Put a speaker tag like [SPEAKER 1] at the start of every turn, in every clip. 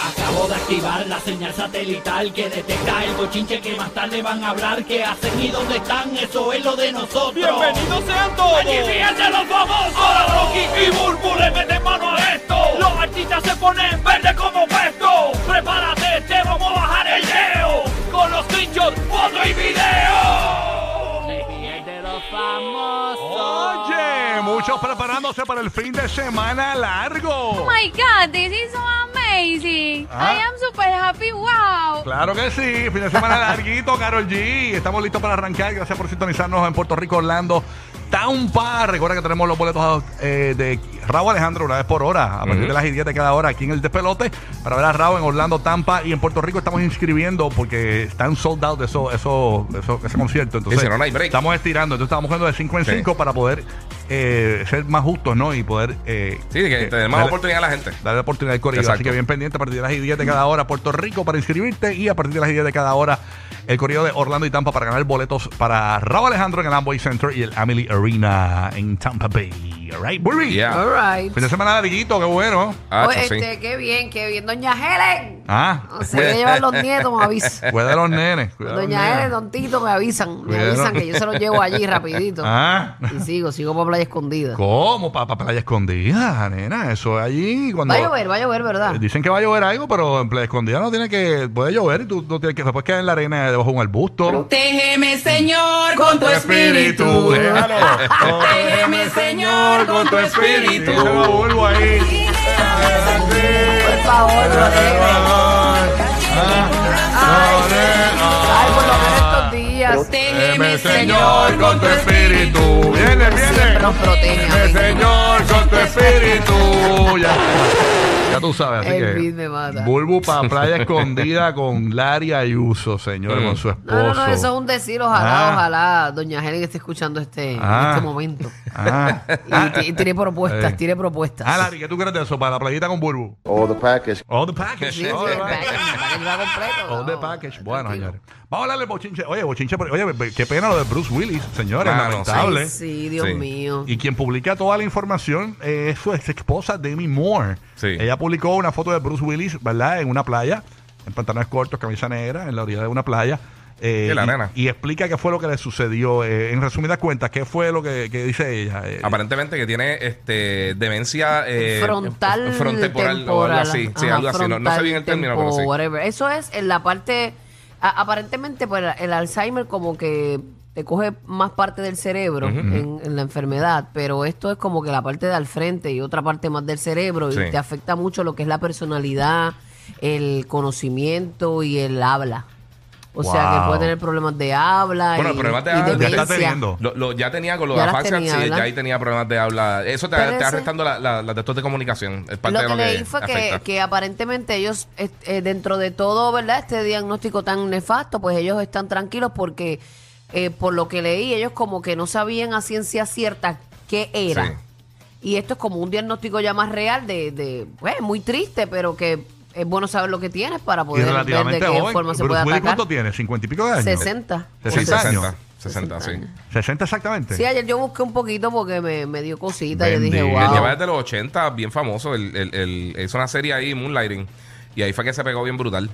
[SPEAKER 1] Acabo de activar la señal satelital que detecta el bochinche que más tarde van a hablar. ¿Qué hacen y dónde están? Eso es lo de nosotros.
[SPEAKER 2] ¡Bienvenidos sean todos!
[SPEAKER 1] ¡Allí fíjense los famosos!
[SPEAKER 2] Ahora Rocky y Burbu le meten mano a esto.
[SPEAKER 1] Los artistas se ponen verde como puesto. Prepárate, te vamos a bajar el leo. Con los pinchos, foto y video. de los famosos.
[SPEAKER 2] Oye, muchos preparándose para el fin de semana largo.
[SPEAKER 3] Oh my god, this is so amazing.
[SPEAKER 2] Ah.
[SPEAKER 3] I am super happy. Wow.
[SPEAKER 2] Claro que sí, fin de semana larguito, Carol G. Estamos listos para arrancar. Gracias por sintonizarnos en Puerto Rico, Orlando, Tampa. Recuerda que tenemos los boletos eh, de Raúl Alejandro una vez por hora, a partir de las 10 de cada hora aquí en el Despelote, para ver a Raúl en Orlando, Tampa y en Puerto Rico estamos inscribiendo porque están sold out de eso, eso, eso- ese concierto. Entonces,
[SPEAKER 4] Dice, no, no hay break.
[SPEAKER 2] estamos estirando, entonces estamos jugando de 5 en
[SPEAKER 4] Sí.
[SPEAKER 2] 5 para poder eh, ser más justos, ¿no? Y poder... eh,
[SPEAKER 4] Sí, que
[SPEAKER 2] eh,
[SPEAKER 4] te den más
[SPEAKER 2] darle-
[SPEAKER 4] oportunidad a la gente.
[SPEAKER 2] Dale la oportunidad al Corillo.
[SPEAKER 4] Exacto.
[SPEAKER 2] Así que bien pendiente a partir de las 10 de cada hora Puerto Rico para inscribirte y a partir de las 10 de cada hora el Corillo de Orlando y Tampa para ganar boletos para Raúl Alejandro en el Amway Center y el Amelie Arena en Tampa Bay. All right, Burry.
[SPEAKER 4] Yeah.
[SPEAKER 5] All right.
[SPEAKER 2] Fin de semana larguito, qué bueno.
[SPEAKER 4] Ah,
[SPEAKER 5] Oh,
[SPEAKER 4] eso sí.
[SPEAKER 5] este, qué bien, qué bien. Doña Helen.
[SPEAKER 2] Ah,
[SPEAKER 5] O sea, ya llevan los nietos, me avisan.
[SPEAKER 2] cuida de los nenes. cuida de los
[SPEAKER 5] Doña Helen,
[SPEAKER 2] nenes.
[SPEAKER 5] don Tito, me avisan. Me
[SPEAKER 2] Cuidado.
[SPEAKER 5] avisan que yo se los llevo allí rapidito.
[SPEAKER 2] Ah,
[SPEAKER 5] Y sigo, sigo por playa escondida.
[SPEAKER 2] ¿cómo? Para playa escondida, nena. Eso es allí cuando.
[SPEAKER 5] Va a llover, va a llover, ¿verdad?
[SPEAKER 2] Eh, Dicen que va a llover algo, pero en playa escondida no tiene que. Puede llover y tú no tienes que. Después quedar en la arena debajo de un arbusto.
[SPEAKER 6] Protégeme, Señor, con tu espíritu.
[SPEAKER 2] déjalo.
[SPEAKER 6] Protégeme, Señor, con tu espíritu.
[SPEAKER 2] Díselo a Bulbo ahí.
[SPEAKER 5] Por favor, protégeme. Ay, por lo menos
[SPEAKER 2] Ah.
[SPEAKER 5] estos días.
[SPEAKER 6] Protégeme, Señor, con tu espíritu.
[SPEAKER 2] Viene,
[SPEAKER 5] Siempre nos
[SPEAKER 2] viene.
[SPEAKER 5] protege. amén.
[SPEAKER 2] Señor, con tu espíritu. Ya, ya tú sabes, así
[SPEAKER 5] El beat
[SPEAKER 2] que.
[SPEAKER 5] me mata.
[SPEAKER 2] Bulbu para playa escondida con Lari Ayuso, señor, con su esposo.
[SPEAKER 5] No, no, no, eso es un decir. Ojalá,
[SPEAKER 2] Ah.
[SPEAKER 5] ojalá Doña Helen esté escuchando este, en
[SPEAKER 2] Ah.
[SPEAKER 5] este momento.
[SPEAKER 2] Ah,
[SPEAKER 5] Y, ti- y tiene propuestas,
[SPEAKER 2] Eh.
[SPEAKER 5] tiene propuestas.
[SPEAKER 2] Ah, Lari, ¿qué tú crees de eso? Para la playita con Bulbu.
[SPEAKER 7] All the package.
[SPEAKER 2] All the
[SPEAKER 5] Sí, sí,
[SPEAKER 2] package.
[SPEAKER 5] el
[SPEAKER 2] all the
[SPEAKER 5] package,
[SPEAKER 2] package.
[SPEAKER 5] el package va completo,
[SPEAKER 2] All the
[SPEAKER 5] no,
[SPEAKER 2] package. Bueno,
[SPEAKER 5] tranquilo.
[SPEAKER 2] señores. Vamos a hablarle de bochinche. Oye, bochinche. por- Oye, qué pena lo de Bruce Willis, señores.
[SPEAKER 4] Mano,
[SPEAKER 2] lamentable.
[SPEAKER 5] Ay, sí, Dios
[SPEAKER 4] Sí.
[SPEAKER 5] mío.
[SPEAKER 2] Y quien publica toda la información eh, es su ex esposa Demi Moore.
[SPEAKER 4] Sí.
[SPEAKER 2] Ella publicó una foto de Bruce Willis, ¿verdad? En una playa, en pantalones cortos, camisa negra, en la orilla de una playa. Eh,
[SPEAKER 4] Sí, la
[SPEAKER 2] y,
[SPEAKER 4] nena.
[SPEAKER 2] y explica qué fue lo que le sucedió. eh, en resumidas cuentas, qué fue lo que, que dice ella. eh,
[SPEAKER 4] Aparentemente que tiene este demencia eh,
[SPEAKER 5] frontal
[SPEAKER 4] frontemporal o algo así. Sí,
[SPEAKER 5] Ajá,
[SPEAKER 4] algo así. No, no sé
[SPEAKER 5] frontal
[SPEAKER 4] bien el término,
[SPEAKER 5] tempo,
[SPEAKER 4] pero sí.
[SPEAKER 5] whatever. Eso es en la parte. a- aparentemente, pues el Alzheimer como que te coge más parte del cerebro en, en la enfermedad, pero esto es como que la parte de al frente y otra parte más del cerebro
[SPEAKER 4] Sí.
[SPEAKER 5] y te afecta mucho lo que es la personalidad, el conocimiento y el habla. O sea
[SPEAKER 2] Wow.
[SPEAKER 5] que puede tener problemas de habla
[SPEAKER 4] Bueno,
[SPEAKER 5] y,
[SPEAKER 4] problemas de
[SPEAKER 5] y
[SPEAKER 4] habla- Ya
[SPEAKER 2] está
[SPEAKER 5] demencia.
[SPEAKER 2] teniendo.
[SPEAKER 4] Lo- lo- ya tenía con lo
[SPEAKER 5] Ya
[SPEAKER 4] de la
[SPEAKER 5] las
[SPEAKER 4] fax, sí,
[SPEAKER 5] tenía, ¿verdad?
[SPEAKER 4] ya ahí tenía problemas de habla. Eso te, te
[SPEAKER 5] Pero
[SPEAKER 4] está
[SPEAKER 5] ese-
[SPEAKER 4] restando la- la- las textos de comunicación. Es parte
[SPEAKER 5] Lo
[SPEAKER 4] de
[SPEAKER 5] que
[SPEAKER 4] lo que
[SPEAKER 5] leí fue que,
[SPEAKER 4] afecta.
[SPEAKER 5] que aparentemente ellos, eh, eh, dentro de todo, ¿verdad? Este diagnóstico tan nefasto, pues ellos están tranquilos porque, eh, por lo que leí, ellos como que no sabían a ciencia cierta qué era.
[SPEAKER 4] Sí.
[SPEAKER 5] Y esto es como un diagnóstico ya más real de, de pues, muy triste, pero que es bueno saber lo que tienes para
[SPEAKER 2] y
[SPEAKER 5] poder ver de
[SPEAKER 2] relativamente
[SPEAKER 5] qué
[SPEAKER 2] joven.
[SPEAKER 5] forma se
[SPEAKER 2] Bruce
[SPEAKER 5] puede
[SPEAKER 2] Willis,
[SPEAKER 5] atacar.
[SPEAKER 2] ¿cuánto tiene? ¿50 y pico de años?
[SPEAKER 5] 60.
[SPEAKER 2] 60 años.
[SPEAKER 4] 60, sí.
[SPEAKER 2] ¿60 exactamente?
[SPEAKER 5] Sí, ayer yo busqué un poquito porque me, me dio cosita. Yo dije,
[SPEAKER 2] Bendito.
[SPEAKER 4] Él
[SPEAKER 5] wow.
[SPEAKER 4] lleva desde los 80, bien famoso. Él, él- él hizo una serie ahí, Moonlighting. Y ahí fue que se pegó bien brutal.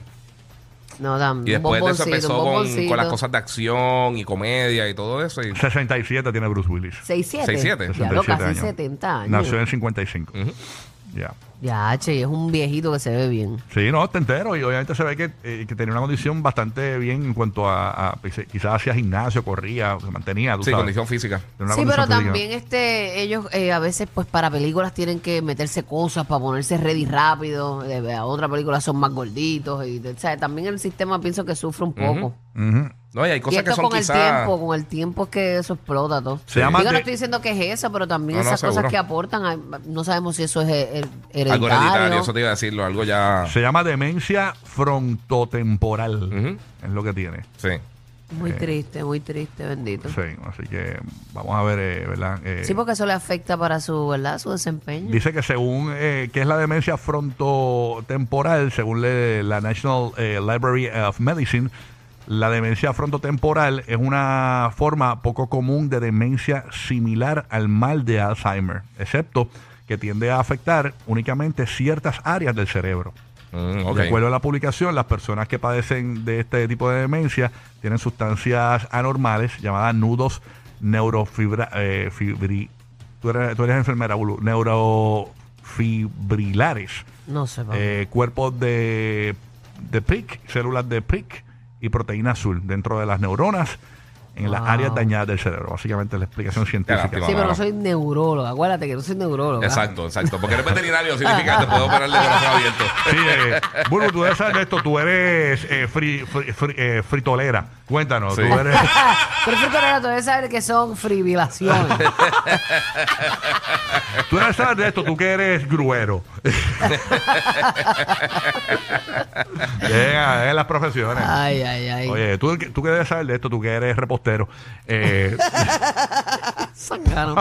[SPEAKER 5] No, dame,
[SPEAKER 4] Y
[SPEAKER 5] un
[SPEAKER 4] después de eso
[SPEAKER 5] bomboncito,
[SPEAKER 4] empezó
[SPEAKER 5] un
[SPEAKER 4] con, con las
[SPEAKER 5] bomboncito.
[SPEAKER 4] cosas de acción y comedia y todo eso. Y,
[SPEAKER 2] 67 tiene Bruce Willis.
[SPEAKER 5] 67.
[SPEAKER 4] 67.
[SPEAKER 5] Ya lo
[SPEAKER 2] 67
[SPEAKER 5] casi 70 años.
[SPEAKER 2] Nació en 55. Ya.
[SPEAKER 5] Ya, che, es un viejito que se ve bien.
[SPEAKER 2] Sí, no, está entero y obviamente se ve que, eh, que tenía una condición bastante bien en cuanto a, a- pues, quizás hacía gimnasio, corría, se mantenía, tú
[SPEAKER 4] sí,
[SPEAKER 2] sabes.
[SPEAKER 4] condición física.
[SPEAKER 2] Tenía una
[SPEAKER 5] sí,
[SPEAKER 2] condición
[SPEAKER 5] pero
[SPEAKER 2] física.
[SPEAKER 5] también este, ellos eh, a veces pues para películas tienen que meterse cosas para ponerse ready rápido. Eh, A otra película son más gorditos. Y, o sea, también el sistema pienso que sufre un poco.
[SPEAKER 2] Ujú.
[SPEAKER 4] No, y hay
[SPEAKER 5] y
[SPEAKER 4] cosas
[SPEAKER 5] esto
[SPEAKER 4] que son
[SPEAKER 5] con
[SPEAKER 4] quizás...
[SPEAKER 5] el tiempo, con el tiempo es que eso explota todo.
[SPEAKER 2] Se llama
[SPEAKER 5] Digo,
[SPEAKER 2] de-
[SPEAKER 5] no estoy diciendo que es eso, pero también
[SPEAKER 4] No, no,
[SPEAKER 5] esas cosas
[SPEAKER 4] seguro.
[SPEAKER 5] que aportan, ay, no sabemos si eso es eh, eh, hereditario.
[SPEAKER 4] Algo hereditario, eso te iba a decirlo, algo ya.
[SPEAKER 2] Se llama demencia frontotemporal.
[SPEAKER 4] Ujú.
[SPEAKER 2] Es lo que tiene.
[SPEAKER 4] Sí.
[SPEAKER 5] Muy triste, muy triste, bendito. Sí,
[SPEAKER 2] Sí, así que vamos a ver, eh, ¿verdad? Eh,
[SPEAKER 5] porque eso le afecta para su, ¿verdad? Su desempeño.
[SPEAKER 2] Dice que según eh, que es la demencia frontotemporal, según le- la National eh, Library of Medicine, la demencia frontotemporal es una forma poco común de demencia similar al mal de Alzheimer, excepto que tiende a afectar únicamente ciertas áreas del cerebro.
[SPEAKER 4] Mm, ok.
[SPEAKER 2] De acuerdo a la publicación, las personas que padecen de este tipo de demencia tienen sustancias anormales llamadas nudos neurofibra... eh, fibri- tú, eres, tú eres enfermera, Bulu. Neurofibrilares.
[SPEAKER 5] No sé, papá.
[SPEAKER 2] Eh, cuerpos de, de PIC, células de PIC y proteína azul dentro de las neuronas en las
[SPEAKER 5] Wow.
[SPEAKER 2] áreas dañadas del cerebro. Básicamente es la explicación científica.
[SPEAKER 4] Ah. lástima.
[SPEAKER 5] sí, pero
[SPEAKER 4] mamá.
[SPEAKER 5] no soy neurólogo. Acuérdate que no soy neurólogo.
[SPEAKER 4] Exacto, exacto. Porque eres veterinario significa que te puedo operar de corazón abierto.
[SPEAKER 2] Sí, eh, Bulbu, tú debes saber de esto. Tú eres eh, fri- fri- fri- eh, fritolera. Cuéntanos,
[SPEAKER 4] Sí.
[SPEAKER 2] tú eres...
[SPEAKER 5] Pero Fritorera, tú debes saber que son frivilaciones.
[SPEAKER 2] Tú no sabes de esto, tú que eres gruero. Llega, es las profesiones.
[SPEAKER 5] ay, ay, ay.
[SPEAKER 2] Oye, tú, tú que debes saber de esto, tú que eres repostero. Eh,
[SPEAKER 5] Sacano.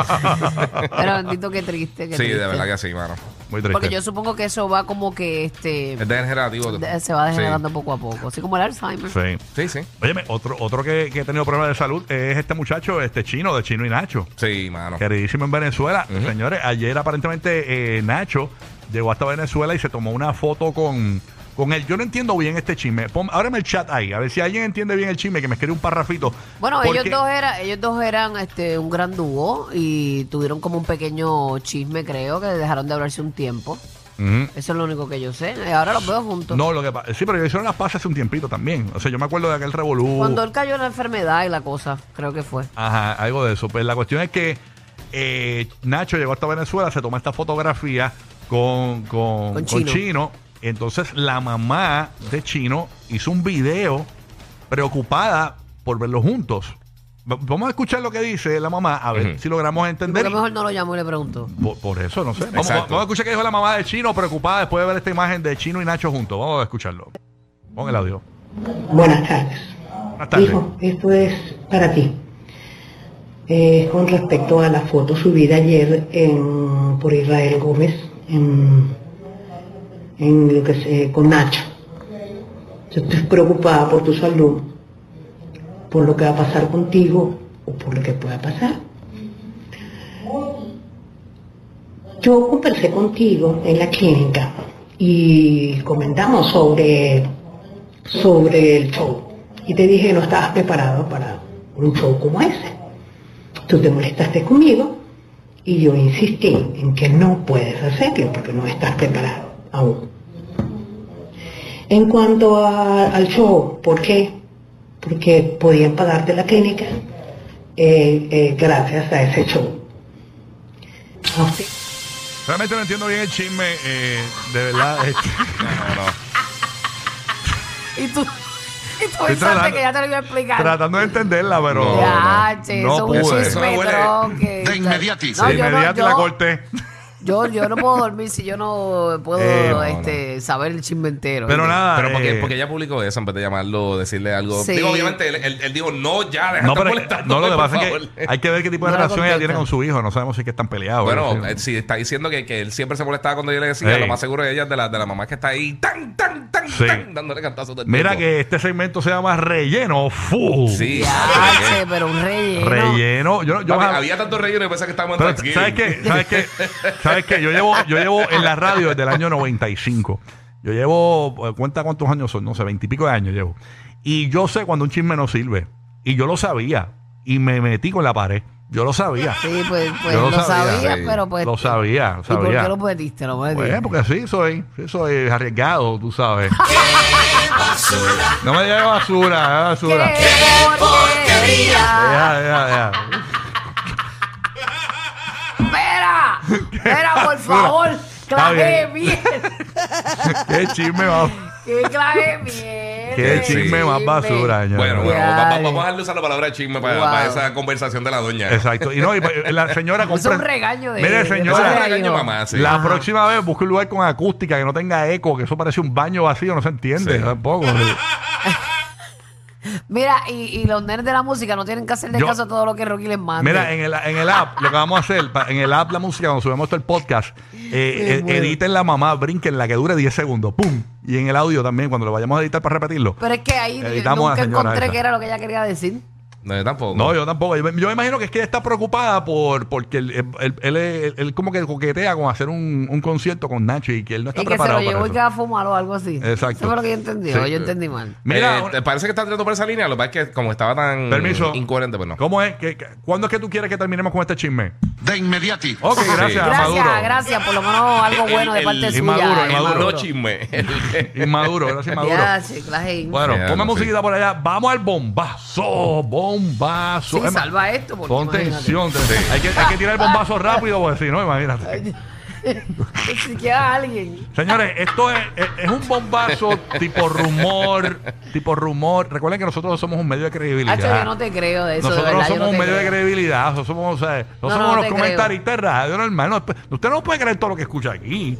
[SPEAKER 5] pero bendito, qué triste. Qué
[SPEAKER 4] Sí,
[SPEAKER 5] triste.
[SPEAKER 4] de verdad que sí, mano.
[SPEAKER 2] muy triste.
[SPEAKER 5] Porque yo supongo que eso va como que este
[SPEAKER 4] Es degenerativo.
[SPEAKER 5] de- se va degenerando poco a poco. Así como el Alzheimer.
[SPEAKER 2] Sí.
[SPEAKER 4] Sí, sí.
[SPEAKER 2] Óyeme, otro, otro que, que ha tenido problemas de salud es este muchacho, este chino, de Chino y Nacho.
[SPEAKER 4] Sí, mano.
[SPEAKER 2] Queridísimo en Venezuela. Señores, ayer aparentemente eh, Nacho llegó hasta Venezuela y se tomó una foto con, con él. Yo no entiendo bien este chisme. Pon, ábreme el chat ahí, a ver si alguien entiende bien el chisme, que me escribe un parrafito.
[SPEAKER 5] Bueno,
[SPEAKER 2] Porque-
[SPEAKER 5] ellos dos, era, ellos dos eran este, un gran dúo y tuvieron como un pequeño chisme, creo, que dejaron de hablarse un tiempo.
[SPEAKER 2] Ujú.
[SPEAKER 5] Eso es lo único que yo sé. Y ahora los veo juntos.
[SPEAKER 2] No, lo que pasa. Sí, pero ellos hicieron las pases hace un tiempito también. O sea, yo me acuerdo de aquel revolú.
[SPEAKER 5] Cuando él cayó en la enfermedad y la cosa, creo que fue.
[SPEAKER 2] Ajá, algo de eso. Pues la cuestión es que eh, Nacho llegó hasta Venezuela, se tomó esta fotografía con, con,
[SPEAKER 5] Con
[SPEAKER 2] con Chino.
[SPEAKER 5] Chino.
[SPEAKER 2] Entonces la mamá de Chino hizo un video preocupada por verlos juntos. Va- Vamos a escuchar lo que dice la mamá, a ver
[SPEAKER 4] Ujú.
[SPEAKER 2] si logramos entender.
[SPEAKER 5] Porque mejor no lo llamo y le pregunto.
[SPEAKER 2] Por, por eso, no sé. Vamos,
[SPEAKER 4] Exacto.
[SPEAKER 2] vamos a escuchar qué dijo la mamá de Chino preocupada después de ver esta imagen de Chino y Nacho juntos. Vamos a escucharlo. Pon el audio.
[SPEAKER 7] Buenas tardes.
[SPEAKER 2] Buenas tardes.
[SPEAKER 7] Hijo, esto es para ti. Eh, con respecto a la foto subida ayer en- por Israel Gómez en, en lo que se- con Nacho. Yo estoy preocupada por tu salud, por lo que va a pasar contigo o por lo que pueda pasar. Yo conversé contigo en la clínica y comentamos sobre sobre el show y te dije que no estabas preparado para un show como ese. Tú te molestaste conmigo y yo insistí en que no puedes hacerlo porque no estás preparado aún. En cuanto a- al show, ¿por qué? Porque podían pagarte la clínica eh, eh, gracias a ese show. A usted-
[SPEAKER 2] Realmente no entiendo bien el chisme, eh, de
[SPEAKER 5] Ah.
[SPEAKER 2] verdad. este,
[SPEAKER 4] No, no, no.
[SPEAKER 5] Y tú, y tú
[SPEAKER 2] Estoy
[SPEAKER 5] pensaste
[SPEAKER 2] tratando-
[SPEAKER 5] que ya te lo iba a explicar.
[SPEAKER 2] tratando de entenderla, pero
[SPEAKER 4] No,
[SPEAKER 5] ya, che,
[SPEAKER 2] no
[SPEAKER 5] eso es
[SPEAKER 2] pude.
[SPEAKER 5] un
[SPEAKER 4] Eso
[SPEAKER 5] chisme,
[SPEAKER 4] me huele
[SPEAKER 5] tronque.
[SPEAKER 6] de inmediatis.
[SPEAKER 5] No,
[SPEAKER 2] de
[SPEAKER 5] yo no-
[SPEAKER 2] inmediato
[SPEAKER 5] yo-
[SPEAKER 2] la corté.
[SPEAKER 5] Yo, yo no puedo dormir si yo no puedo
[SPEAKER 2] Eh, no,
[SPEAKER 5] este, saber el chisme entero.
[SPEAKER 2] Pero nada,
[SPEAKER 4] Pero porque,
[SPEAKER 2] eh,
[SPEAKER 4] porque ella publicó eso en vez de llamarlo, decirle algo.
[SPEAKER 5] Sí.
[SPEAKER 4] Digo, obviamente, él, él- él dijo, no, ya, deja de estar
[SPEAKER 2] no, pero,
[SPEAKER 4] molestando.
[SPEAKER 2] no, lo que
[SPEAKER 4] por
[SPEAKER 2] pasa es
[SPEAKER 4] favor".
[SPEAKER 2] que hay que ver qué tipo de
[SPEAKER 5] No la
[SPEAKER 2] relación ella tiene
[SPEAKER 5] contesta.
[SPEAKER 2] con su hijo. No sabemos si es que están peleados.
[SPEAKER 4] Bueno,
[SPEAKER 2] ¿sí?
[SPEAKER 4] eh, si está diciendo que, que él siempre se molestaba cuando yo le decía,
[SPEAKER 2] Sí.
[SPEAKER 4] lo más seguro ella es de la, de la mamá que está ahí, tan, tan, tan,
[SPEAKER 2] Sí.
[SPEAKER 4] tan, dándole cantazos del
[SPEAKER 2] Mira
[SPEAKER 4] tiempo.
[SPEAKER 2] que este segmento se llama Relleno Full.
[SPEAKER 4] Sí.
[SPEAKER 5] Ya, che, pero un relleno.
[SPEAKER 2] Relleno. Yo, yo-
[SPEAKER 4] Papi, había tanto relleno y pensaba que estábamos en
[SPEAKER 2] pero,
[SPEAKER 4] Thanksgiving.
[SPEAKER 2] ¿Sabes qué? ¿Sabes qué? ¿Sabes qué? Yo llevo, yo llevo en la radio desde el año 95. Yo llevo, eh, cuenta cuántos años son, no sé, veintipico de años llevo. Y yo sé cuando un chisme no sirve. Y yo lo sabía. Y me metí con la pared. Yo lo sabía.
[SPEAKER 5] Sí, pues, pues
[SPEAKER 2] Yo
[SPEAKER 5] lo,
[SPEAKER 2] lo sabía,
[SPEAKER 5] sabía,
[SPEAKER 4] sí.
[SPEAKER 5] pero pues.
[SPEAKER 2] Lo sabía, lo
[SPEAKER 5] ¿Y por
[SPEAKER 2] sabía.
[SPEAKER 5] qué lo metiste? Lo metiste.
[SPEAKER 2] Pues, porque así soy, sí soy arriesgado, tú sabes. No me digas basura, es basura.
[SPEAKER 5] ¡Qué porquería!
[SPEAKER 2] Deja, deja, deja.
[SPEAKER 5] ¡Espera! ¡Espera, por favor!
[SPEAKER 2] Está
[SPEAKER 5] ¡Clave de
[SPEAKER 2] bien.
[SPEAKER 5] miel!
[SPEAKER 2] Qué chisme más,
[SPEAKER 5] ¡Qué clave de miel!
[SPEAKER 2] qué chisme más basura, señor.
[SPEAKER 4] Bueno, bueno,
[SPEAKER 5] Ya,
[SPEAKER 4] va- va-
[SPEAKER 5] eh.
[SPEAKER 4] vamos a dejarle usar la palabra chisme para,
[SPEAKER 5] Wow.
[SPEAKER 4] para esa conversación de la doña.
[SPEAKER 2] Exacto. Y no, y pa- la señora
[SPEAKER 5] Es
[SPEAKER 2] compra.
[SPEAKER 5] un regaño de-
[SPEAKER 2] Mire,
[SPEAKER 5] de-
[SPEAKER 4] Eso es un
[SPEAKER 2] señora.
[SPEAKER 5] Ay,
[SPEAKER 4] regaño,
[SPEAKER 5] no.
[SPEAKER 4] mamá, sí.
[SPEAKER 2] La próxima vez busque un lugar con acústica que no
[SPEAKER 5] Ah,
[SPEAKER 2] tenga eco, que eso parece un baño vacío, no se entiende
[SPEAKER 4] Sí.
[SPEAKER 2] tampoco.
[SPEAKER 5] Mira, y, y los nerds de la música no tienen que hacerle
[SPEAKER 2] Yo-
[SPEAKER 5] caso a todo lo que Rocky les manda.
[SPEAKER 2] Mira, en el, en el app, lo que vamos a hacer, pa- en el app la música, cuando subamos todo el podcast, eh, eh, editen la mamá, brinquen la que dura 10 segundos, ¡pum! Y en el audio también, cuando lo vayamos a editar para repetirlo.
[SPEAKER 5] Pero es que ahí
[SPEAKER 2] Editamos a la
[SPEAKER 5] nunca
[SPEAKER 2] señora
[SPEAKER 5] encontré
[SPEAKER 2] esa.
[SPEAKER 5] que era lo que ella quería decir.
[SPEAKER 4] No, yo tampoco.
[SPEAKER 2] No, yo tampoco. Yo, me- yo me imagino que es que ella está preocupada por porque él, él- él- él- él- él como que coquetea con hacer un, un concierto con Nacho y que él no está
[SPEAKER 5] y que se
[SPEAKER 2] preparado
[SPEAKER 5] lo llevó
[SPEAKER 2] para
[SPEAKER 5] y
[SPEAKER 2] eso.
[SPEAKER 5] que va a fumar o algo así.
[SPEAKER 2] Exacto.
[SPEAKER 5] Eso fue lo que yo entendí.
[SPEAKER 2] Sí.
[SPEAKER 5] o Yo entendí mal.
[SPEAKER 2] Mira,
[SPEAKER 4] Eh,
[SPEAKER 2] un-
[SPEAKER 4] te parece que está entrando por esa línea, lo que pasa es que como estaba tan
[SPEAKER 2] Permiso.
[SPEAKER 4] incoherente, pues no.
[SPEAKER 2] ¿cómo es? ¿Qué- qué- ¿Cuándo es que tú quieres que terminemos con este chisme?
[SPEAKER 8] De inmediati.
[SPEAKER 2] Ok, gracias,
[SPEAKER 5] Gracias,
[SPEAKER 2] Maduro.
[SPEAKER 5] gracias. Por lo menos algo bueno de
[SPEAKER 4] El-
[SPEAKER 5] parte
[SPEAKER 4] el-
[SPEAKER 5] suya.
[SPEAKER 2] Inmaduro,
[SPEAKER 4] El
[SPEAKER 2] Maduro.
[SPEAKER 4] No chisme.
[SPEAKER 2] Inmaduro, gracias, Maduro.
[SPEAKER 5] Ya, sí, clase.
[SPEAKER 2] Bueno,
[SPEAKER 4] Ya,
[SPEAKER 2] ponme
[SPEAKER 4] no sé.
[SPEAKER 2] musiquita por allá. Vamos al bombazo, bombazo.
[SPEAKER 5] Sí,
[SPEAKER 2] Es más,
[SPEAKER 5] salva esto, porque
[SPEAKER 2] Pon
[SPEAKER 5] imagínate.
[SPEAKER 2] tensión. tensión. Hay, que, hay que tirar el bombazo rápido, porque si no, imagínate.
[SPEAKER 5] Si queda alguien.
[SPEAKER 2] Señores, esto es, es- es un bombazo tipo rumor, tipo rumor. Recuerden que nosotros somos un medio de credibilidad.
[SPEAKER 5] Hacho, yo no te creo de eso,
[SPEAKER 2] Nosotros
[SPEAKER 5] de verdad. yo
[SPEAKER 2] somos un
[SPEAKER 5] no te
[SPEAKER 2] medio de
[SPEAKER 5] creo.
[SPEAKER 2] credibilidad, nosotros somos, o sea, no,
[SPEAKER 5] No, no,
[SPEAKER 2] somos
[SPEAKER 5] no
[SPEAKER 2] los
[SPEAKER 5] te creo.
[SPEAKER 2] comentaristas de radio normal. No, usted no puede creer todo lo que escucha aquí.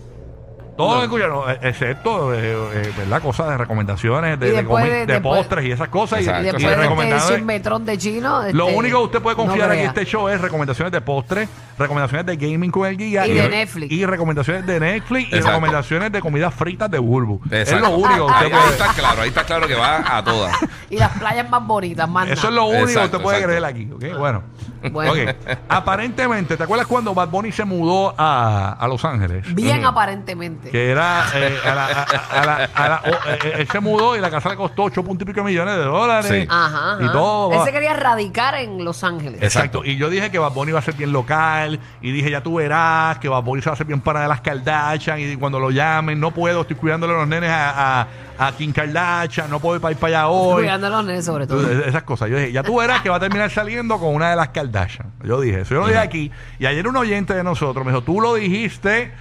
[SPEAKER 2] Todo lo que escucha, no, eh, excepto, eh, eh, ¿verdad? Cosas de recomendaciones, de,
[SPEAKER 5] Y
[SPEAKER 2] de
[SPEAKER 5] después
[SPEAKER 2] comi- de
[SPEAKER 5] de- después-
[SPEAKER 2] postres y esas cosas. y-
[SPEAKER 4] Exacto.
[SPEAKER 5] Y
[SPEAKER 2] y,
[SPEAKER 5] después de este
[SPEAKER 2] recomendaciones.
[SPEAKER 5] chismetrón de chino.
[SPEAKER 2] ¿eh? Lo
[SPEAKER 5] este,
[SPEAKER 2] único que usted puede
[SPEAKER 5] no
[SPEAKER 2] confiar en
[SPEAKER 5] crea.
[SPEAKER 2] este show es recomendaciones de postres, recomendaciones de gaming con el guía
[SPEAKER 5] Y de Netflix.
[SPEAKER 2] y recomendaciones de Netflix y
[SPEAKER 4] Exacto.
[SPEAKER 2] recomendaciones de comidas fritas de Bulbu. Es
[SPEAKER 4] Exacto. Ah,
[SPEAKER 2] lo único que
[SPEAKER 4] Ahí,
[SPEAKER 2] usted
[SPEAKER 4] ahí
[SPEAKER 2] puede.
[SPEAKER 4] está claro, ahí está claro que va a todas.
[SPEAKER 5] Y las playas más bonitas, más
[SPEAKER 2] Eso es
[SPEAKER 5] nada.
[SPEAKER 2] lo único que
[SPEAKER 4] Exacto,
[SPEAKER 2] usted puede
[SPEAKER 4] exacto.
[SPEAKER 2] creer aquí, ¿ok? Bueno.
[SPEAKER 5] Bueno.
[SPEAKER 2] Ok. Aparentemente, ¿te acuerdas cuando Bad Bunny se mudó a, a Los Ángeles?
[SPEAKER 5] Bien aparentemente.
[SPEAKER 2] Que era eh, a la, a, a la- a la- o, eh, eh, él se mudó y la casa le costó ocho punto y pico millones de dólares.
[SPEAKER 4] Sí.
[SPEAKER 5] Ajá, ajá.
[SPEAKER 2] Y todo.
[SPEAKER 5] Él se quería radicar en Los Ángeles.
[SPEAKER 2] Exacto. Y yo dije que Bad Bunny iba a ser bien local. Y dije, ya tú verás que Bad Bunny se va a hacer bien para de las Kardashian. Y cuando lo llamen, no puedo, estoy cuidándole a los nenes a, a, a Kim Kardashian. No puedo ir para, ir para allá hoy.
[SPEAKER 5] Cuidando a los nenes, sobre todo.
[SPEAKER 2] Entonces, Esas cosas. Yo dije, ya tú verás que va a terminar saliendo con una de las Kardashian. Yo dije eso. Yo lo dije aquí. Y ayer un oyente de nosotros me dijo, tú lo dijiste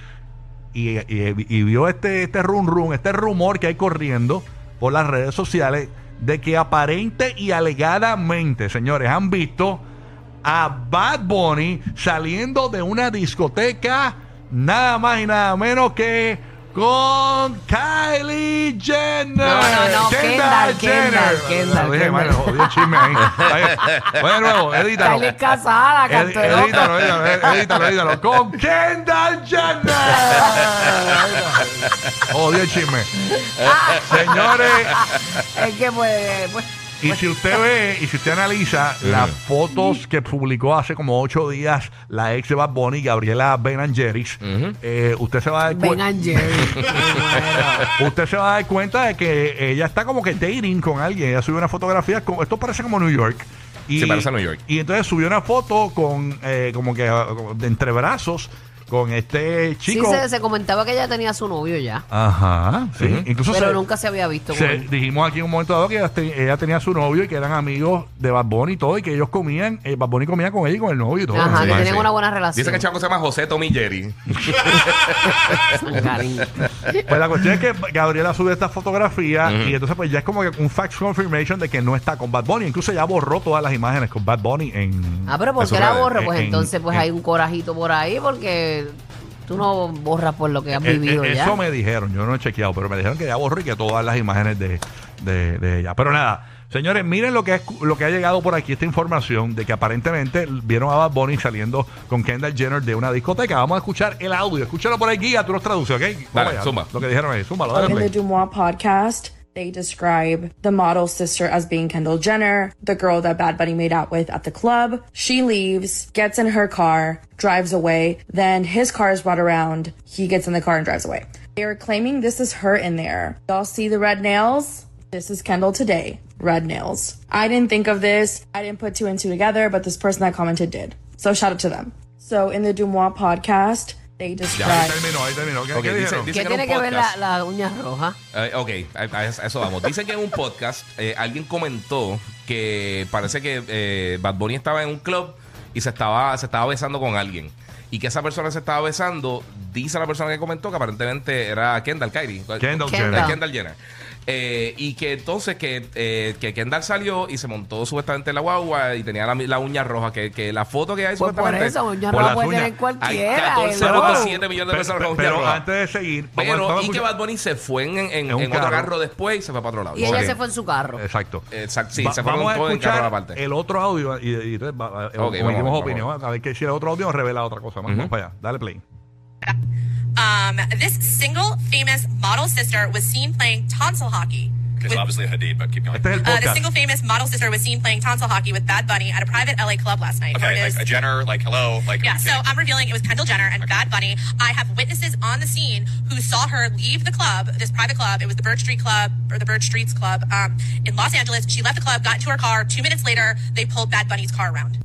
[SPEAKER 2] y, y- y vio este, este rum rum, este rumor que hay corriendo por las redes sociales de que aparente y alegadamente, señores, han visto a Bad Bunny saliendo de una discoteca nada más y nada menos que con Kylie Jenner.
[SPEAKER 5] No, no, no, Kendall, Kendall, Kendall,
[SPEAKER 2] Lo dije
[SPEAKER 5] Kendall.
[SPEAKER 2] mal, jodí el chisme ahí. Ahí. Voy de nuevo, edítalo.
[SPEAKER 5] Kylie es casada,
[SPEAKER 2] Ed-
[SPEAKER 5] canto de loca.
[SPEAKER 2] Edítalo, edítalo, ed- edítalo, edítalo. Con Kendall Jenner. Odio el chisme. Señores,
[SPEAKER 5] Es que pues, pues,
[SPEAKER 2] y si usted ve y si usted analiza las fotos que publicó hace como ocho días la ex de Bad Bunny, Gabriela Benangeris, eh, usted se va a dar
[SPEAKER 5] Ben
[SPEAKER 2] cuenta.
[SPEAKER 5] and Jerry.
[SPEAKER 2] Usted se va a dar cuenta de que ella está como que dating con alguien. Ella subió una fotografía. Con, esto parece como New York. Y,
[SPEAKER 4] Sí, parece New York.
[SPEAKER 2] Y entonces subió una foto con eh, como que ah, como de entrebrazos con este
[SPEAKER 5] Sí,
[SPEAKER 2] chico.
[SPEAKER 5] se, se comentaba que ella tenía su novio ya.
[SPEAKER 2] Ajá, sí.
[SPEAKER 4] Ujú.
[SPEAKER 2] Incluso
[SPEAKER 5] pero
[SPEAKER 2] se-
[SPEAKER 5] nunca se había visto
[SPEAKER 2] se-
[SPEAKER 5] con él.
[SPEAKER 2] dijimos aquí en un momento dado que ella, te- ella tenía su novio y que eran amigos de Bad Bunny y todo. Y que ellos comían, eh, Bad Bunny comía con ella y con el novio y todo.
[SPEAKER 5] Ajá,
[SPEAKER 2] Sí,
[SPEAKER 5] que tenían
[SPEAKER 2] sí.
[SPEAKER 5] una buena relación.
[SPEAKER 4] Dice que el chavo se llama José Tommy Jerry.
[SPEAKER 5] Sangarín.
[SPEAKER 2] Pues la cuestión es que Gabriela sube esta fotografía y entonces pues ya es como que un fact confirmation de que no está con Bad Bunny. Incluso ya borró todas las imágenes con Bad Bunny en...
[SPEAKER 5] Ah, pero
[SPEAKER 2] en
[SPEAKER 5] ¿por
[SPEAKER 2] sus
[SPEAKER 5] qué la
[SPEAKER 2] redes.
[SPEAKER 5] borra? Pues
[SPEAKER 2] En-
[SPEAKER 5] entonces pues
[SPEAKER 2] en-
[SPEAKER 5] hay un corajito por ahí porque tú no borras por lo que has
[SPEAKER 2] Eh, eh,
[SPEAKER 5] vivido ya.
[SPEAKER 2] Eso me dijeron, yo no he chequeado, pero me dijeron que ya borró y que todas las imágenes de, de- de ella. Pero nada, señores, miren lo que, es, lo que ha llegado por aquí, esta información de que aparentemente vieron a Bad Bunny saliendo con Kendall Jenner de una discoteca. Vamos a escuchar el audio, escúchalo por aquí, ya tú los traduces, ¿ok? Vamos
[SPEAKER 4] Dale,
[SPEAKER 2] allá.
[SPEAKER 4] zumba.
[SPEAKER 2] Lo que dijeron ahí, pues. zumba,
[SPEAKER 9] In the Dumois podcast, they describe the model sister as being Kendall Jenner, the girl that Bad Bunny made out with at the club. She leaves, gets in her car, drives away. Then his car is brought around. He gets in the car and drives away. They are claiming this is her in there. Y'all see the red nails? This is Kendall today. Red nails. I didn't think of this. I didn't put two and two together, but this person that commented did. So shout out to them. So in the Dumois podcast, they
[SPEAKER 2] Ahí
[SPEAKER 9] describe.
[SPEAKER 2] terminó, ahí terminó. ¿Qué,
[SPEAKER 4] Ok,
[SPEAKER 2] qué
[SPEAKER 4] dice-
[SPEAKER 2] dijeron?
[SPEAKER 4] dice
[SPEAKER 5] ¿Qué
[SPEAKER 4] que era
[SPEAKER 5] tiene
[SPEAKER 4] un
[SPEAKER 5] que ver la,
[SPEAKER 4] podcast.
[SPEAKER 5] la uña roja?
[SPEAKER 4] Eh, ok, a, a- a eso vamos. Dicen que en un podcast eh, alguien comentó que parece que eh, Bad Bunny estaba en un club y se estaba, se estaba besando con alguien. Y que esa persona se estaba besando dice la persona que comentó que aparentemente era Kendall Kyrie.
[SPEAKER 2] Kendall
[SPEAKER 5] Jenner.
[SPEAKER 4] Kendall, Kendall Jenner. Eh, y que entonces que, eh, que Kendall salió y se montó supuestamente en la guagua y tenía la, la uña roja, que, que la foto que hay
[SPEAKER 5] Pues por
[SPEAKER 4] supuestamente...
[SPEAKER 5] eso, ya
[SPEAKER 2] por las
[SPEAKER 5] no la puede
[SPEAKER 2] uñas.
[SPEAKER 5] tener
[SPEAKER 4] Hay
[SPEAKER 5] cualquiera. hello.
[SPEAKER 4] 14.7 millones de
[SPEAKER 2] Pero,
[SPEAKER 4] pesos
[SPEAKER 2] pero-
[SPEAKER 4] con uña
[SPEAKER 2] pero
[SPEAKER 4] roja.
[SPEAKER 2] antes de seguir, vamos a-
[SPEAKER 4] Pero,
[SPEAKER 2] vamos a
[SPEAKER 4] y que
[SPEAKER 2] escuchar-
[SPEAKER 4] Bad Bunny se fue en, en- en-
[SPEAKER 2] un
[SPEAKER 4] en otro
[SPEAKER 2] carro.
[SPEAKER 4] carro después y se fue para otro lado.
[SPEAKER 5] Y ella
[SPEAKER 4] Ok.
[SPEAKER 5] se fue en su carro.
[SPEAKER 2] Exacto.
[SPEAKER 4] Exacto, sí,
[SPEAKER 2] Va-
[SPEAKER 4] se fue
[SPEAKER 2] vamos
[SPEAKER 4] con
[SPEAKER 2] a
[SPEAKER 4] todo en carro
[SPEAKER 2] escuchar
[SPEAKER 4] aparte.
[SPEAKER 2] el otro audio y, y entonces va- eh,
[SPEAKER 4] vamos,
[SPEAKER 2] emitimos
[SPEAKER 4] vamos.
[SPEAKER 2] opinión. A ver que si el otro audio revela otra cosa. más. Vamos para allá. Dale play.
[SPEAKER 8] Um, this single famous model sister was seen playing tonsil hockey. With,
[SPEAKER 6] obviously Hadid, but keep going.
[SPEAKER 2] Este es el
[SPEAKER 8] uh, this
[SPEAKER 2] podcast.
[SPEAKER 8] single famous model sister was seen playing tonsil hockey with Bad Bunny at a private LA club last night. Here it
[SPEAKER 6] Okay,
[SPEAKER 8] is.
[SPEAKER 6] like a Jenner, like hello, like
[SPEAKER 8] yeah, so I'm revealing it was Kendall Jenner and Bad Bunny. I have witnesses on the scene who saw her leave the club, this private club. It was the Bird Street Club or the Bird Streets Club um, in Los Angeles. She left the club, got into her car. Two minutes later, they pulled Bad Bunny's car around.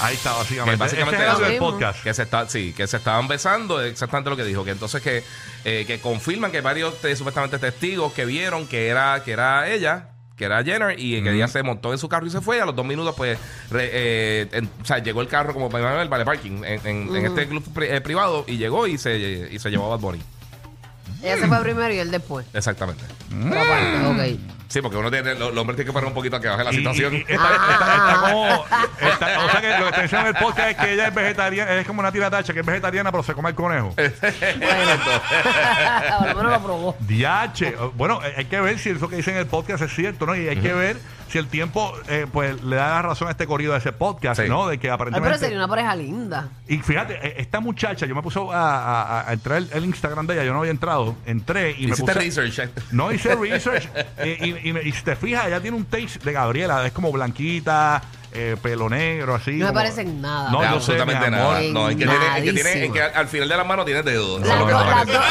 [SPEAKER 2] Ahí está, básicamente.
[SPEAKER 4] Que básicamente
[SPEAKER 2] Este es el audio
[SPEAKER 5] lo
[SPEAKER 2] del
[SPEAKER 5] mismo.
[SPEAKER 2] podcast.
[SPEAKER 4] Que se, está, sí, que se estaban besando, exactamente lo que dijo. Que entonces que, eh, que confirman que varios te- supuestamente testigos que vieron que era, que era ella, que era Jenner, y que ella se montó en su carro y se fue. Y a los dos minutos, pues, re- eh, en- o sea, llegó el carro como para el vale parking en, en- en este club pri- eh, privado y llegó y se, y se llevó a Bad Bunny.
[SPEAKER 5] Ella se fue primero y él después.
[SPEAKER 4] Exactamente.
[SPEAKER 5] Otra parte, ok.
[SPEAKER 4] Sí, porque uno tiene, los, los hombres tienen que parar un poquito a que baje la
[SPEAKER 2] Y-
[SPEAKER 4] situación.
[SPEAKER 2] y- y está, está- está como. está- o sea que lo que te dicen en el podcast es que ella es vegetariana. Es como una tira tacha que es vegetariana, pero se come el conejo.
[SPEAKER 4] Eh.
[SPEAKER 5] Por lo menos lo probó.
[SPEAKER 2] Diache. Bueno, eh, hay que ver si eso que dicen en el podcast es cierto, ¿no? Y hay que ver si el tiempo eh, pues le da la razón a este corrido de ese podcast,
[SPEAKER 4] Sí.
[SPEAKER 2] ¿no? De que
[SPEAKER 5] Ay, pero
[SPEAKER 2] aparentemente.
[SPEAKER 5] sería una pareja linda.
[SPEAKER 2] Y fíjate, eh, esta muchacha, yo me puse a, a- a- a entrar el, el Instagram de ella, yo no había entrado, entré y me
[SPEAKER 4] Hiciste
[SPEAKER 2] puse...
[SPEAKER 4] research.
[SPEAKER 2] No hice research. eh, y, y me- y si te fijas, ella tiene un taste de Gabriela, es como blanquita, eh, pelo negro, así.
[SPEAKER 5] No me
[SPEAKER 2] como-
[SPEAKER 5] parece en nada.
[SPEAKER 2] No,
[SPEAKER 4] De
[SPEAKER 2] yo
[SPEAKER 4] absolutamente
[SPEAKER 2] sé, mi amor.
[SPEAKER 4] nada. No, es que, tiene, es que tiene- es que
[SPEAKER 5] Nadísima.
[SPEAKER 4] al final de la mano tiene dedos.
[SPEAKER 5] Las,
[SPEAKER 4] No,
[SPEAKER 5] dos,
[SPEAKER 4] no
[SPEAKER 5] las,
[SPEAKER 4] parece.
[SPEAKER 5] dos,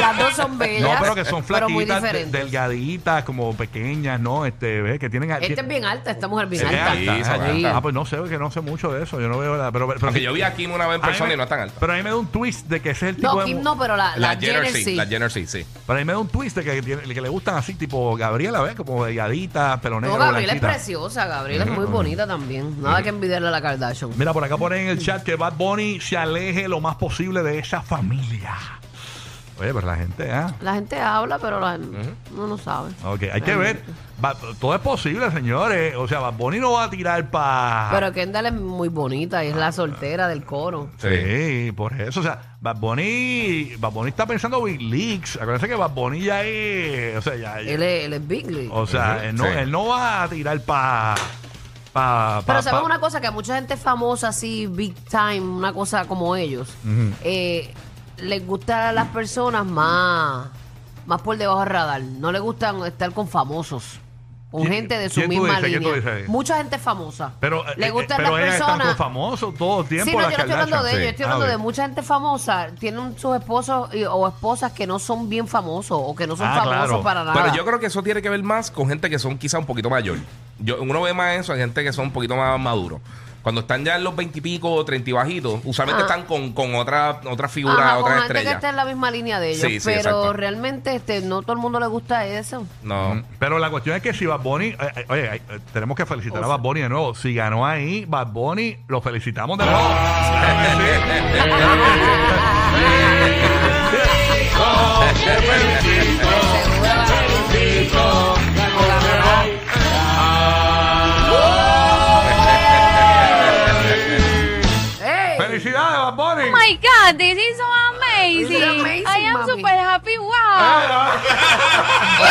[SPEAKER 5] las dos son
[SPEAKER 2] No,
[SPEAKER 5] bellas.
[SPEAKER 2] pero que son
[SPEAKER 5] pero muy
[SPEAKER 2] flaquitas, de-
[SPEAKER 5] diferentes.
[SPEAKER 2] delgaditas, como pequeñas, ¿no? Este, ¿ves? Que tienen...
[SPEAKER 5] Esta es bien alta, esta mujer bien
[SPEAKER 4] Sí,
[SPEAKER 5] alta.
[SPEAKER 4] sí, son
[SPEAKER 5] Sí.
[SPEAKER 4] altas.
[SPEAKER 2] Ah, pues no sé, que no sé mucho de eso. Yo no veo la... Pero, pero,
[SPEAKER 4] Aunque yo vi a Kim una vez en
[SPEAKER 2] A mí
[SPEAKER 4] persona
[SPEAKER 2] me-
[SPEAKER 4] y no es tan alta.
[SPEAKER 2] Pero a mí me da un twist de que ese es el tipo
[SPEAKER 5] No,
[SPEAKER 2] de...
[SPEAKER 5] Kim
[SPEAKER 2] mu-
[SPEAKER 5] no, pero la, la, Jenner sí.
[SPEAKER 4] La Jenner sí, sí.
[SPEAKER 2] Para mí me da un twist de que, tiene- que le gustan así, tipo Gabriela, ¿ves? Como delgadita, pelo
[SPEAKER 5] No,
[SPEAKER 2] negro,
[SPEAKER 5] Gabriela es
[SPEAKER 2] blanquita.
[SPEAKER 5] preciosa, Gabriela es muy bonita también. Nada que envidiarle a la Kardashian.
[SPEAKER 2] Mira, por acá ponen en el chat que Bad Bunny se aleje lo más posible de esa familia. Oye, pero la gente, ¿ah?
[SPEAKER 5] La gente habla, pero la, no lo sabe.
[SPEAKER 2] Ok, hay que ver. Va- todo es posible, señores. O sea, Bad Bunny no va a tirar para...
[SPEAKER 5] Pero Kendall es muy bonita y
[SPEAKER 2] Ah,
[SPEAKER 5] es la soltera del coro.
[SPEAKER 2] Sí, por eso. O sea, Bad Bunny, Bad Bunny está pensando Big Leaks. Acuérdense que Bad Bunny ya es... O sea, ya... ya-
[SPEAKER 5] Él es, él es Big League.
[SPEAKER 2] o sea,
[SPEAKER 4] Ujú,
[SPEAKER 2] él, no,
[SPEAKER 4] sí.
[SPEAKER 2] él no va a tirar para... Pa, pa-
[SPEAKER 5] Pero sabes
[SPEAKER 2] pa-
[SPEAKER 5] una cosa, que a mucha gente famosa, así, big time, una cosa como ellos, eh, les gusta a las personas más, más por debajo del radar. No les gustan estar con famosos, con
[SPEAKER 2] ¿Quién-
[SPEAKER 5] gente de su
[SPEAKER 2] quién tú
[SPEAKER 5] misma
[SPEAKER 2] dices? ¿Quién tú
[SPEAKER 5] línea.
[SPEAKER 2] dices?
[SPEAKER 5] Mucha gente famosa.
[SPEAKER 2] Pero,
[SPEAKER 5] le
[SPEAKER 2] eh,
[SPEAKER 5] gustan
[SPEAKER 2] pero
[SPEAKER 5] las
[SPEAKER 2] ellas
[SPEAKER 5] personas.
[SPEAKER 2] están con famosos todo el tiempo.
[SPEAKER 5] Sí, no, yo
[SPEAKER 2] las
[SPEAKER 5] no estoy hablando de
[SPEAKER 2] Kardashian.
[SPEAKER 5] ellos, yo estoy
[SPEAKER 2] Ah,
[SPEAKER 5] hablando
[SPEAKER 2] ok.
[SPEAKER 5] de mucha gente famosa. Tienen sus esposos y- o esposas que no son bien famosos o que no son
[SPEAKER 2] Ah,
[SPEAKER 5] famosos
[SPEAKER 2] claro.
[SPEAKER 5] para nada.
[SPEAKER 4] Pero yo creo que eso tiene que ver más con gente que son quizá un poquito mayor. Yo, uno ve más eso en gente que son un poquito más maduros. Cuando están ya en los 20 y pico o 30 y bajitos, usualmente están con, con otra, otra figura,
[SPEAKER 5] Ah. Ajá, con
[SPEAKER 4] otra
[SPEAKER 5] gente que
[SPEAKER 4] estrella.
[SPEAKER 5] está en la misma línea de ellos.
[SPEAKER 4] Sí, sí,
[SPEAKER 5] pero
[SPEAKER 4] exacto.
[SPEAKER 5] realmente este, no todo el mundo le gusta eso.
[SPEAKER 4] No.
[SPEAKER 2] Pero la cuestión es que si Bad Bunny, eh, eh, oye, eh, tenemos que felicitar a Bad Bunny de nuevo. Si ganó ahí, Bad Bunny, lo felicitamos de nuevo. Claro que sí.
[SPEAKER 5] ¡Ey!
[SPEAKER 2] Felicidades, Bad Bunny.
[SPEAKER 3] Oh my God, this is so amazing.
[SPEAKER 5] This is amazing,
[SPEAKER 3] I am
[SPEAKER 5] mami.
[SPEAKER 3] super happy.
[SPEAKER 4] Ah,
[SPEAKER 3] Wow.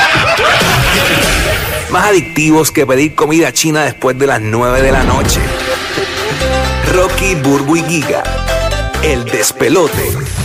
[SPEAKER 10] Más adictivos que pedir comida china después de las 9 de la noche. Rocky, Burbu y Giga. El despelote.